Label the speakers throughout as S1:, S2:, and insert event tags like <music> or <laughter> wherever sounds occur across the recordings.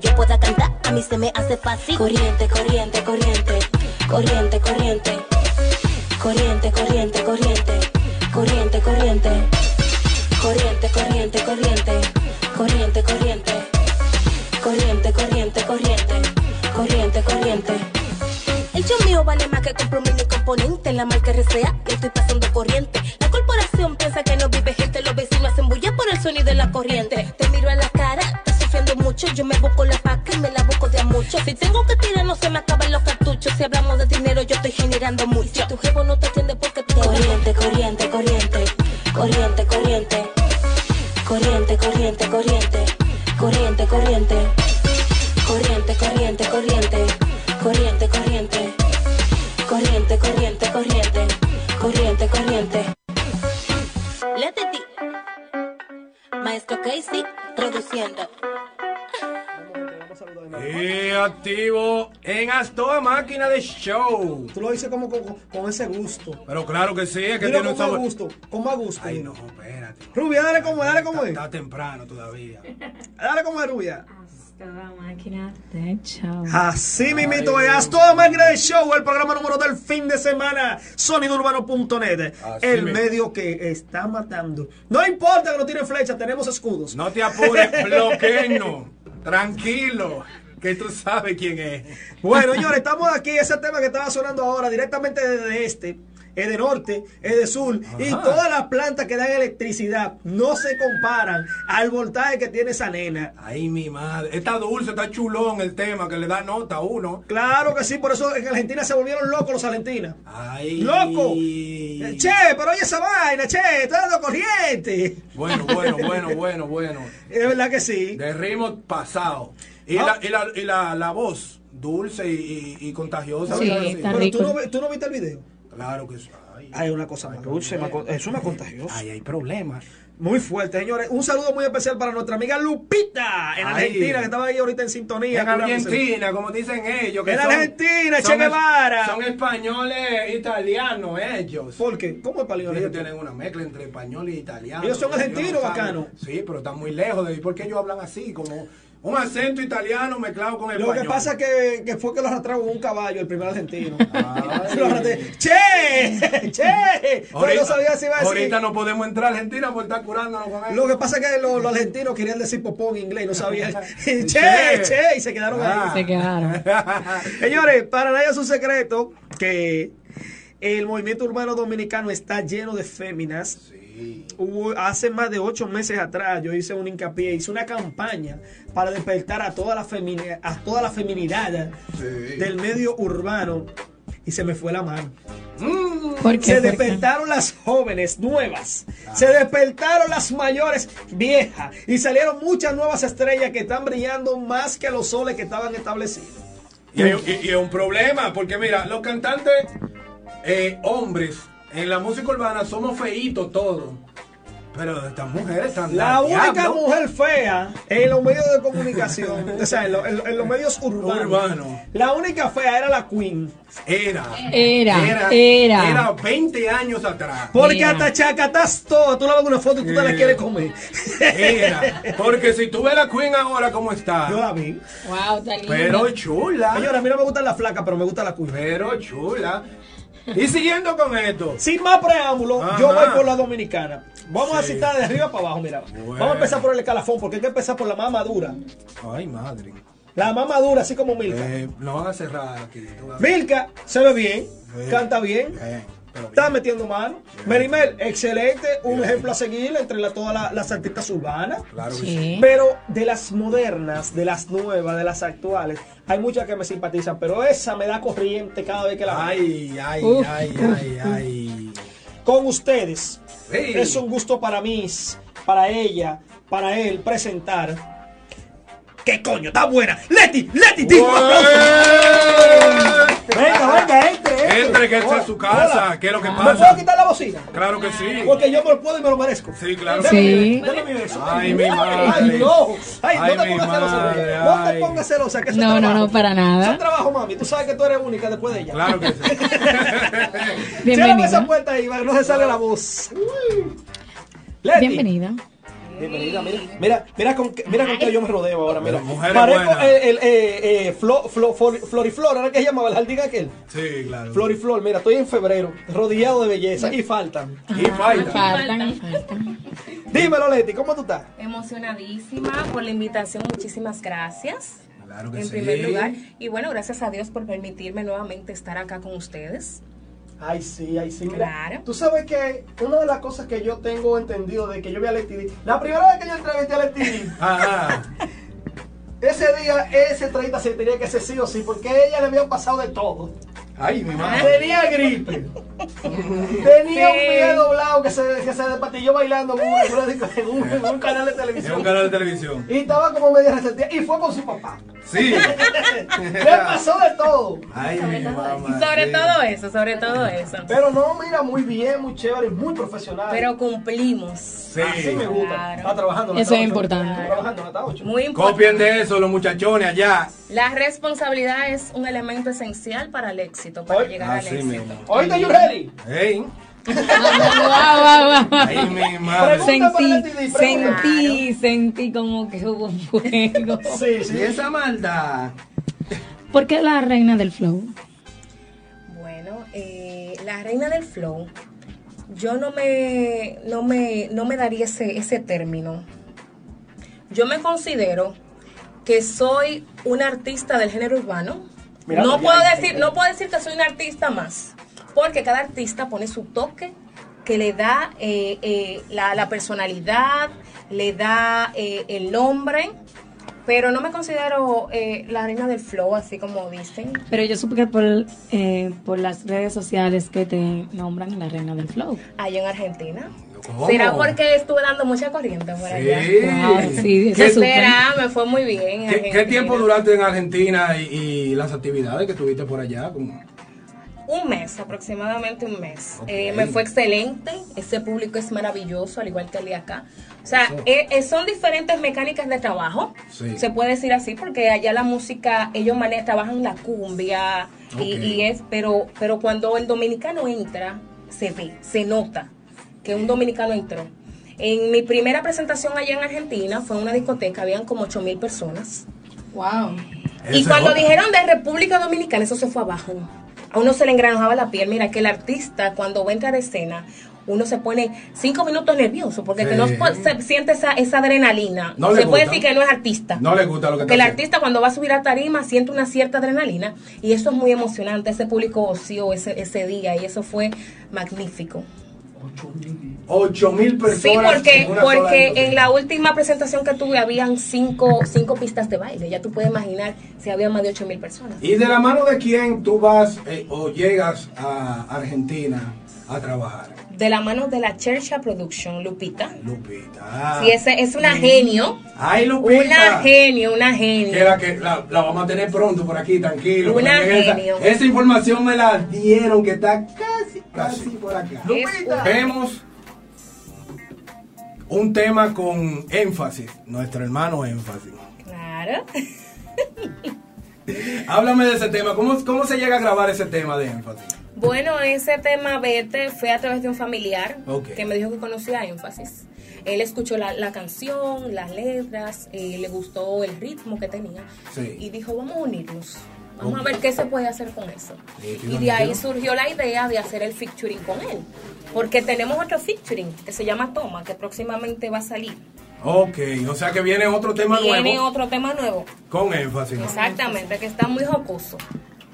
S1: verdad a mí se me hace fácil. Corriente, corriente, corriente. Corriente, corriente. Corriente, corriente, corriente. Corriente, corriente. Corriente, corriente, corriente. Corriente, corriente. Corriente, corriente, corriente. Corriente, corriente. El show mío vale más que compro mini componente. La marca RCA, yo estoy pasando corriente. La corporación piensa que no vive gente. Los vecinos hacen bulla por el sonido de la corriente. Te miro a la cara, estás sufriendo mucho. Yo me busco la paca y me la busco de a mucho. Si tengo que tirar, no se me acaban los cartuchos. Si hablamos de dinero, yo estoy generando mucho. Si tu jefe no te atiende porque tú corriente, corriente, corriente. Corriente, corriente. Corriente, corriente, corriente. Corriente, corriente. Corriente, corriente, corriente. Corriente, corriente. Corriente, corriente, corriente. Corriente, corriente. Let it be. Maestro Casey produciendo.
S2: Y activo en Astoa Máquina de Show.
S3: Tú lo dices como con, con- con ese gusto.
S2: Pero claro que sí, es que
S3: Dilo
S2: tiene un
S3: con más
S2: sabor.
S3: gusto. Con más gusto.
S2: Ay, no,
S3: dilo.
S2: espérate.
S3: Rubia, dale como, dale como
S2: Está,
S3: es.
S2: está temprano todavía.
S3: Dale como es, Rubia.
S4: Hasta máquina de chao.
S3: Así mismito es. Haz Todo Máquina de Show, el programa número del fin de semana. Sonidourbano.net.
S2: Así
S3: El
S2: mismo.
S3: medio que está matando. No importa que no tiene flecha, tenemos escudos.
S2: No
S3: <laughs>
S2: te apures, bloqueenlo. Tranquilo, que tú sabes quién es. <laughs>
S3: Bueno, señores, estamos aquí. Ese tema que estaba sonando ahora, directamente desde este, es de norte, es de sur. Y todas las plantas que dan electricidad no se comparan al voltaje que tiene esa nena.
S2: Ay, mi madre. Está dulce, está chulón el tema, que le da nota a uno.
S3: Claro que sí, por eso en Argentina se volvieron locos los argentinos.
S2: Ay.
S3: ¡Loco! Eh, Che, pero oye esa vaina, che, está dando corriente.
S2: Bueno, bueno, bueno, bueno, bueno.
S3: Es verdad que sí.
S2: De ritmo pasado. Y,
S3: Ah.
S2: la, y, la, y la, la voz dulce y, y- y contagiosa.
S4: Sí,
S2: ¿verdad?
S4: está
S3: Pero tú
S4: rico.
S3: no, vi- tú no viste el video.
S2: Claro que sí. Ay,
S3: Hay una cosa más dulce, más con- es una contagiosa.
S2: ay, hay problemas.
S3: Muy fuerte, señores. Un saludo muy especial para nuestra amiga Lupita en
S2: Ay.
S3: Argentina, que estaba ahí ahorita en sintonía.
S2: En Argentina, como dicen ellos. Que
S3: En
S2: son-
S3: Argentina, Che
S2: son es-
S3: Guevara.
S2: Son españoles e italianos ellos.
S3: Porque, ¿cómo es palio?
S2: ellos tienen una mezcla entre español y italiano.
S3: Ellos son argentinos,
S2: saben-
S3: bacano.
S2: Sí, pero están muy lejos de ¿Por qué ellos hablan así? Como un acento italiano mezclado con
S3: Lo
S2: español.
S3: que pasa que, que fue que los arrastraron con un caballo, el primer argentino.
S2: Ay.
S3: <laughs> Lo arrastré. ¡Che! <laughs> ¡Che! Pero
S2: Ahorita-
S3: no sabía si iba a decir.
S2: Ahorita no podemos entrar a Argentina por estar curándonos con
S3: Lo
S2: ellos.
S3: que pasa es que los, los argentinos querían decir popó en inglés, no sabían. <laughs> che,
S2: Che.
S3: che, y se quedaron
S2: Ah.
S3: ahí. <laughs>
S4: Se quedaron.
S3: Señores, para nadie es un secreto que el movimiento urbano dominicano está lleno de féminas.
S2: Sí.
S3: Hubo- hace más de ocho meses atrás yo hice un hincapié, hice una campaña para despertar a toda la, femini- a toda la feminidad
S2: Sí.
S3: del medio urbano y se me fue la mano.
S2: Mm.
S4: ¿Por qué?
S3: Se
S4: ¿Por qué?
S3: despertaron las jóvenes nuevas, se despertaron las mayores viejas y salieron muchas nuevas estrellas que están brillando más que los soles que estaban establecidos.
S2: Y, y- y es un problema, porque mira, los cantantes eh, hombres en la música urbana somos feitos todos. Pero estas mujeres están
S3: La
S2: al
S3: única
S2: diablo.
S3: mujer fea en los medios de comunicación, o sea, en, lo- en lo- en los medios urbanos,
S2: Urbano.
S3: la única fea era la Queen.
S2: Era,
S4: Era,
S2: era.
S4: era.
S2: Era 20 años atrás.
S3: Porque
S4: Mira.
S3: hasta chacatás todo. Tú le vas una foto y tú te la
S2: Eh.
S3: quieres comer. <laughs>
S2: Era. Porque si tú ves la Queen ahora como está.
S3: Yo la vi.
S4: Wow, tan lindo.
S2: Pero chula.
S3: Señora, a mí no me gustan las flacas, pero me gusta la cuya.
S2: Pero chula. Y siguiendo con esto.
S3: Sin más preámbulo,
S2: Ajá.
S3: yo voy por la dominicana. Vamos a
S2: Sí.
S3: citar de arriba para abajo, mira. Vamos
S2: Bueno.
S3: a empezar por el escalafón, porque hay que empezar por la más madura.
S2: Ay, madre.
S3: La más madura, así como Milka.
S2: Eh, lo van a cerrar aquí. tú vas a-
S3: Milka se ve bien, canta bien,
S2: Eh, pero
S3: está metiendo mano. Merimel, excelente,
S2: Eh.
S3: un ejemplo a seguir entre la- todas la- las artistas urbanas.
S2: Claro que sí.
S4: Sí.
S3: Pero de las modernas, de las nuevas, de las actuales, hay muchas que me simpatizan, pero esa me da corriente cada vez que la veo.
S2: Ay, ay,
S4: Uf.
S2: ay, ay, ay.
S3: Con ustedes,
S2: Sí.
S3: es un gusto para mí, para ella, para él, presentar. ¡Qué coño! ¡Está buena! ¡Leti! ¡Leti! ¡Di un aplauso!
S2: ¡Ué!
S3: Venga, venga, entre, entre.
S2: Entre, que esta
S3: Hola,
S2: es su casa,
S3: hola.
S2: ¿qué es lo que
S3: ¿Me
S2: pasa?
S3: puedo quitar la bocina?
S2: Claro que sí.
S3: Porque yo me lo puedo y me lo merezco.
S2: Sí, claro.
S3: Dame mi-
S4: Sí.
S3: dame mi beso.
S2: Ay, mi
S3: Ay,
S2: madre.
S3: no. Ay,
S2: Ay,
S3: no te
S2: mi
S3: pongas celosa.
S2: madre,
S3: No te
S2: ay.
S3: pongas celosa. Que eso es
S4: No, no,
S3: trabajo.
S4: no, para nada.
S3: Eso es trabajo, mami. Tú sabes que tú eres única después de ella.
S2: Claro que sí.
S3: Cierrame
S4: Bienvenida.
S3: esa puerta ahí, para que no se sale la voz. Uy. Leti,
S4: Bienvenida.
S3: Bienvenida, mira, mira, mira con, qué- mira con qué yo me rodeo ahora, mira.
S2: Pero mujeres
S3: Parezco
S2: buenas.
S3: eh, el, eh, eh, Flo- Flo- Flo- Floriflor, ahora que se llamaba el jardín aquel.
S2: Sí, claro.
S3: Floriflor, mira, estoy en febrero, rodeado de belleza y faltan.
S2: Y falta.
S3: <laughs>
S4: Faltan, faltan.
S3: Dímelo, Leti, ¿cómo tú estás?
S5: Emocionadísima por la invitación, muchísimas gracias.
S2: Claro que
S5: En
S2: sí.
S5: primer lugar, y bueno, gracias a Dios por permitirme nuevamente estar acá con ustedes.
S3: Ay, sí, ay, sí. Mira,
S5: Claro.
S3: Tú sabes que una de las cosas que yo tengo entendido de que yo vi a Leti D, la primera vez que yo entrevisté a Leti <laughs> D,
S2: Ajá.
S3: ese día, ese 30 se tenía que ser sí o sí, porque a ella le habían pasado de todo.
S2: Ay, mi madre.
S3: Tenía gripe. Tenía un
S5: Sí.
S3: pie doblado que se, que se despatilló bailando en un- en una disco- en un, en un canal de
S2: Es un
S3: televisión.
S2: canal de televisión.
S3: Y estaba como media resentida. Y fue con su papá.
S2: Sí.
S3: Le pasó de todo.
S2: Ay, mi mamá.
S5: Sobre todo eso, sobre todo eso.
S3: Pero no, mira, muy bien, muy chévere, muy profesional.
S5: Pero cumplimos.
S2: Sí.
S3: Así me gusta.
S5: Claro.
S3: Está trabajando.
S4: Eso
S3: hasta
S4: es
S3: ocho.
S4: importante.
S3: Está trabajando hasta ocho.
S5: Muy importante.
S2: Copien de eso los muchachones allá.
S5: La responsabilidad es un elemento esencial para el éxito, para
S3: Hoy-
S5: llegar al
S2: Así
S5: éxito.
S2: mismo.
S3: Oíste, Yureli.
S2: Ey.
S4: Guau, guau, guau, guau.
S2: Ay,
S5: <laughs>
S2: mi madre.
S3: Pregunta para Leti
S4: Sentí,
S3: D, pregunta.
S4: sentí, sentí como que hubo fuego.
S3: Sí, sí.
S2: esa maldad.
S4: ¿Por qué la reina del flow?
S5: Bueno, eh, la reina del flow, yo no me, no me, no me daría ese, ese término. Yo me considero que soy una artista del género urbano.
S3: Mira,
S5: no
S3: ya,
S5: puedo
S3: ya,
S5: decir, no puedo decir que soy una artista más, porque cada artista pone su toque que le da eh, eh, la, la personalidad, le da eh, el nombre, pero no me considero eh, la reina del flow, así como dicen.
S4: Pero yo supe que por, eh, por las redes sociales que te nombran la reina del flow.
S5: allá en Argentina.
S2: ¿Cómo?
S5: ¿Será porque estuve dando mucha corriente por allá?
S2: Sí.
S4: Wow, sí, eso
S2: ¿Qué,
S4: supe.
S5: Será, me fue muy bien.
S2: qué-
S5: en
S2: qué
S5: Argentina.
S2: tiempo duraste en Argentina y, y las actividades que tuviste por allá? Como-
S5: Un mes, aproximadamente un mes.
S2: Ok.
S5: Eh, me fue excelente. Ese público es maravilloso, al igual que el de acá. O sea, eh, eh, son diferentes mecánicas de trabajo.
S2: Sí.
S5: Se puede decir así, porque allá la música, ellos manejan, trabajan la cumbia. y-
S2: Ok.
S5: Y, es, pero, pero cuando el dominicano entra, se ve, se nota que un dominicano entró. En mi primera presentación allá en Argentina fue en una discoteca, habían como 8 mil personas.
S4: Wow.
S5: Y
S2: Esa
S5: cuando
S2: otra.
S5: dijeron de República Dominicana, eso se fue abajo. A uno se le engranojaba la piel. Mira, que el artista cuando va a entrar a escena, uno se pone cinco minutos nervioso porque que no
S2: Sí.
S5: se siente esa, esa adrenalina.
S2: No le
S5: se puede
S2: gusta.
S5: decir que no es artista.
S2: No le gusta lo que
S5: Que
S2: te
S5: el
S2: hacen.
S5: artista cuando va a subir a tarima siente una cierta adrenalina y eso es muy emocionante. Ese público oció ese, ese día y eso fue magnífico.
S2: Ocho mil personas.
S5: Sí, porque,
S2: en una sola
S5: porque
S2: discoteca.
S5: en la última presentación que tuve habían cinco, cinco pistas de baile. Ya tú puedes imaginar si había más de ocho mil personas.
S2: ¿Y de la mano de quién tú vas eh, o llegas a Argentina a trabajar?
S5: de la mano de la Chercha Production, Lupita.
S2: Lupita.
S5: Sí, ese es una genio.
S2: Ay,
S5: Una
S2: Ah, Lupita.
S5: genio, una
S2: Que
S5: genio.
S2: la, que la, la vamos a tener pronto por aquí, tranquilo.
S5: Una
S2: porque esa,
S5: genio.
S2: esa información me la dieron que está casi, casi por acá.
S5: Lupita.
S2: Vemos un tema con énfasis, nuestro hermano énfasis.
S5: Claro.
S2: Háblame de ese tema, ¿cómo, cómo se llega a grabar ese tema de énfasis?
S5: Bueno, ese tema Vete fue a través de un familiar
S2: Ok.
S5: que me dijo que conocía énfasis. Él escuchó la, la canción, las letras, eh, le gustó el ritmo que tenía
S2: Sí.
S5: y dijo, vamos a unirnos. Vamos
S2: Ok.
S5: a ver qué se puede hacer con eso.
S2: Nítido,
S5: y de ahí
S2: nítido.
S5: surgió la idea de hacer el featuring con él. Porque tenemos otro featuring que se llama Toma, que próximamente va a salir.
S2: Ok, o sea que viene otro tema
S5: Tiene
S2: nuevo
S5: otro tema nuevo.
S2: con énfasis.
S5: Exactamente, que está muy jocoso.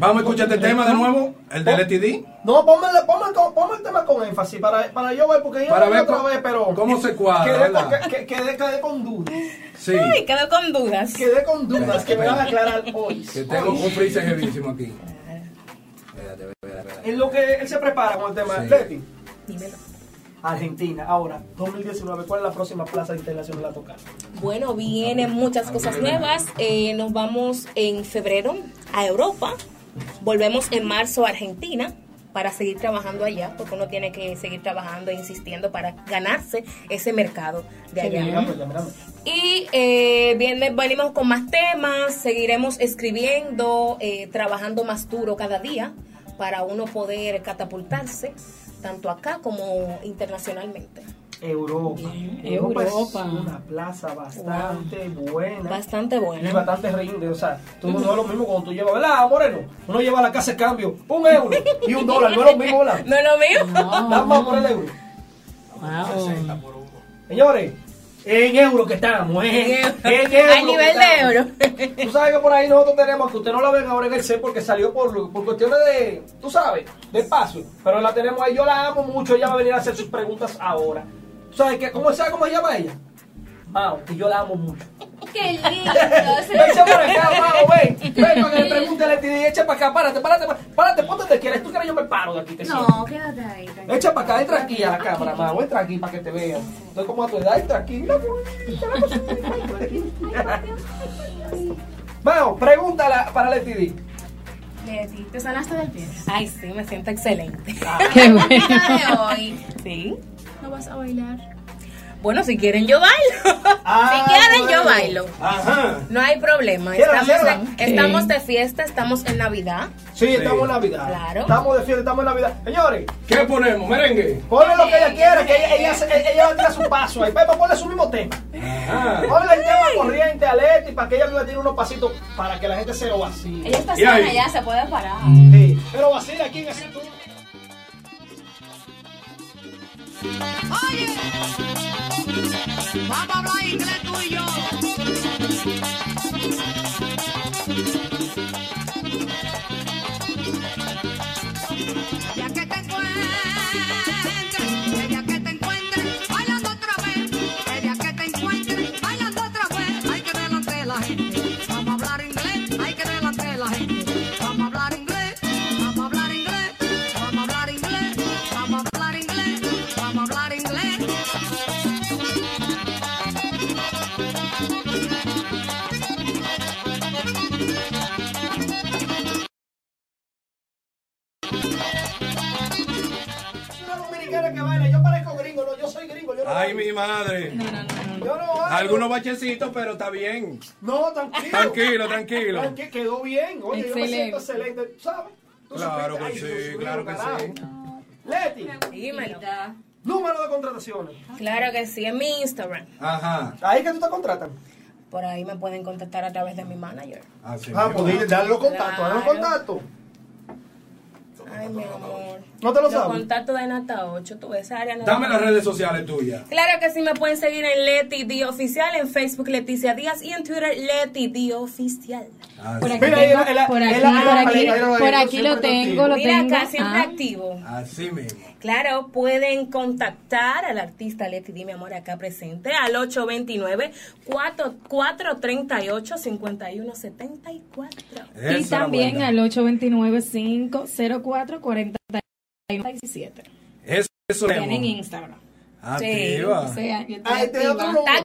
S2: Vamos a escuchar este tema de nuevo, el
S5: Oh.
S2: del ETD,
S3: No, ponme, ponme, ponme el tema con énfasis para, para yo ver, porque yo lo
S2: para
S3: vi
S2: ver
S3: otra
S2: cómo,
S3: vez, pero
S2: cómo se cuadra,
S3: quedé, con,
S2: ¿verdad?
S3: que- que- quedé, quedé con dudas.
S2: Sí,
S5: Ay, quedó con dudas.
S3: Quedé con dudas que me van a
S2: <laughs>
S3: aclarar hoy.
S2: que tengo
S3: Hoy.
S2: un freezer jevísimo aquí.
S3: En lo que él se prepara con el tema
S2: Sí.
S3: del Leti.
S5: Dímelo.
S3: Argentina, ahora, 2019, ¿cuál es la próxima plaza internacional a tocar?
S5: Bueno, vienen muchas cosas nuevas. Eh, nos vamos en febrero a Europa. Volvemos en marzo a Argentina para seguir trabajando allá, porque uno tiene que seguir trabajando e insistiendo para ganarse ese mercado de allá.
S3: Mírame, pues, ya, mírame.
S5: Y eh, viene- venimos con más temas, seguiremos escribiendo, eh, trabajando más duro cada día para uno poder catapultarse, tanto acá como internacionalmente.
S3: Europa.
S4: Bien,
S3: es
S4: Europa.
S3: una plaza bastante buena.
S5: Bastante
S3: Y
S5: buena.
S3: bastante rinde, o sea, tú no es lo mismo cuando tú llevas, ¿verdad, Moreno? Uno lleva a la casa de cambio un
S5: <laughs>
S3: euro y un dólar, no es lo mismo, ¿verdad?
S5: No es lo mío.
S3: Vamos por el euro.
S4: Wow.
S3: Señores, en euro que estamos, ¿eh? En euro.
S5: Al nivel
S3: que
S5: de
S3: estamos.
S5: euro.
S3: Tú sabes que por ahí nosotros tenemos, que usted no la ven ahora en el C porque salió por, por cuestiones de, tú sabes, de paso. Pero la tenemos ahí, yo la amo mucho, ella va a venir a hacer sus preguntas ahora. ¿Tú sabes que, ¿Cómo sabe cómo se llama ella? Mao, que yo la amo mucho.
S6: Qué
S3: <laughs>
S6: lindo.
S3: Echa para acá, Mao, ven. Ven para que le pregunte a Leti, echa para acá, párate, párate, párate, párate, ponte donde quieres. Tú quieres, yo me paro de aquí, te siento.
S6: No, quédate ahí. tranquilo.
S3: Echa para acá, entra aquí a la cámara, Mau, entra aquí para que te vean. Estoy como a tu edad, entra aquí, mira, bonita, la cosita, entra aquí. Mau, pregúntala para Leti D.
S6: Leti, te sanaste del pie.
S5: Ay, sí, me
S3: <laughs>
S5: siento excelente.
S4: Qué
S6: La
S4: bueno.
S6: de hoy.
S5: Sí.
S6: ¿No vas a bailar?
S5: Bueno, si quieren yo bailo.
S3: Ah,
S5: si quieren
S3: bueno.
S5: yo bailo.
S3: Ajá.
S5: No hay problema.
S3: Cierra,
S5: Estamos,
S3: cierra.
S5: en- estamos de fiesta, estamos en Navidad.
S3: Sí, estamos en Navidad.
S5: Claro.
S3: Estamos de fiesta, estamos en Navidad. Señores,
S2: ¿Qué ponemos? Merengue.
S3: ponle lo que ella quiera, que ella, ella, hace- ella tira su paso ahí. Pepa, ponle su mismo tema.
S2: Ajá.
S3: Ponle el tema corriente a Leti para que ella misma tire unos pasitos para que la gente se lo vacile.
S6: Ella está
S2: Y ahí.
S6: sana ya, se puede parar.
S3: Sí. Pero vacila aquí en ese
S7: Ya que te encuentres, el día que te encuentres, bailando otra vez, el día que te encuentres, bailando otra vez, hay que delante de la gente, vamos a hablar inglés, hay que delante de la gente, vamos a hablar inglés, vamos a hablar inglés, vamos a hablar inglés, vamos a hablar inglés, vamos a hablar inglés.
S3: una dominicana que baila. Yo parezco gringo, no, yo soy gringo. Yo no
S2: Ay,
S3: bailo.
S2: mi madre.
S3: Yo no bailo.
S2: Algunos bachecitos, pero está bien.
S3: No, tranquilo.
S2: Tranquilo, tranquilo.
S3: Tranqui- quedó bien. Oye, yo me siento
S4: Excelente.
S3: excelente, ¿sabes? Tú
S2: Claro
S3: supiste, ay,
S2: que
S3: Dios
S2: sí,
S3: mío,
S2: claro que
S3: carajo.
S2: sí.
S3: Leti,
S5: Dímelo.
S3: número de contrataciones.
S5: Claro que sí, en mi Instagram.
S2: Ajá.
S3: Ahí que tú te contratan.
S5: Por ahí me pueden contactar a través de mi manager.
S2: Así
S3: Ah,
S2: mismo.
S3: pues dile, dale los contactos, dale los
S5: Claro.
S3: contactos.
S5: Ay, mi amor.
S3: ¿No te lo
S5: Los
S3: sabes?
S5: contactos de Nata 8, tú ves esa área. no la
S2: Dame las redes sociales tuyas.
S5: Claro que sí, me pueden seguir en Leti D Oficial, en Facebook Leticia Díaz y en Twitter Leti D Oficial.
S4: Por
S2: Así,
S4: aquí,
S3: Mira, ahí la- ahí la-
S4: tengo- por
S3: ahí
S4: aquí,
S3: la- ahí la-
S4: por
S3: ahí
S4: aquí,
S3: la- ahí la-
S4: por aquí
S3: siempre
S4: lo
S3: lo
S4: tengo, lo
S5: Mira
S4: tengo.
S5: acá, siempre
S4: Ah,
S5: activo.
S2: así mismo.
S5: Claro, pueden contactar al artista Leti D, mi amor, acá presente, al 829-438-5174.
S4: Ah. Y
S2: Esa
S4: también
S2: buena.
S4: al 829-504-4097.
S2: Eso, eso
S4: Tienen
S2: mismo.
S4: Instagram.
S2: Activa.
S4: O sea, yo estoy
S3: Ah, este es otro
S4: activa.
S3: número.
S5: Está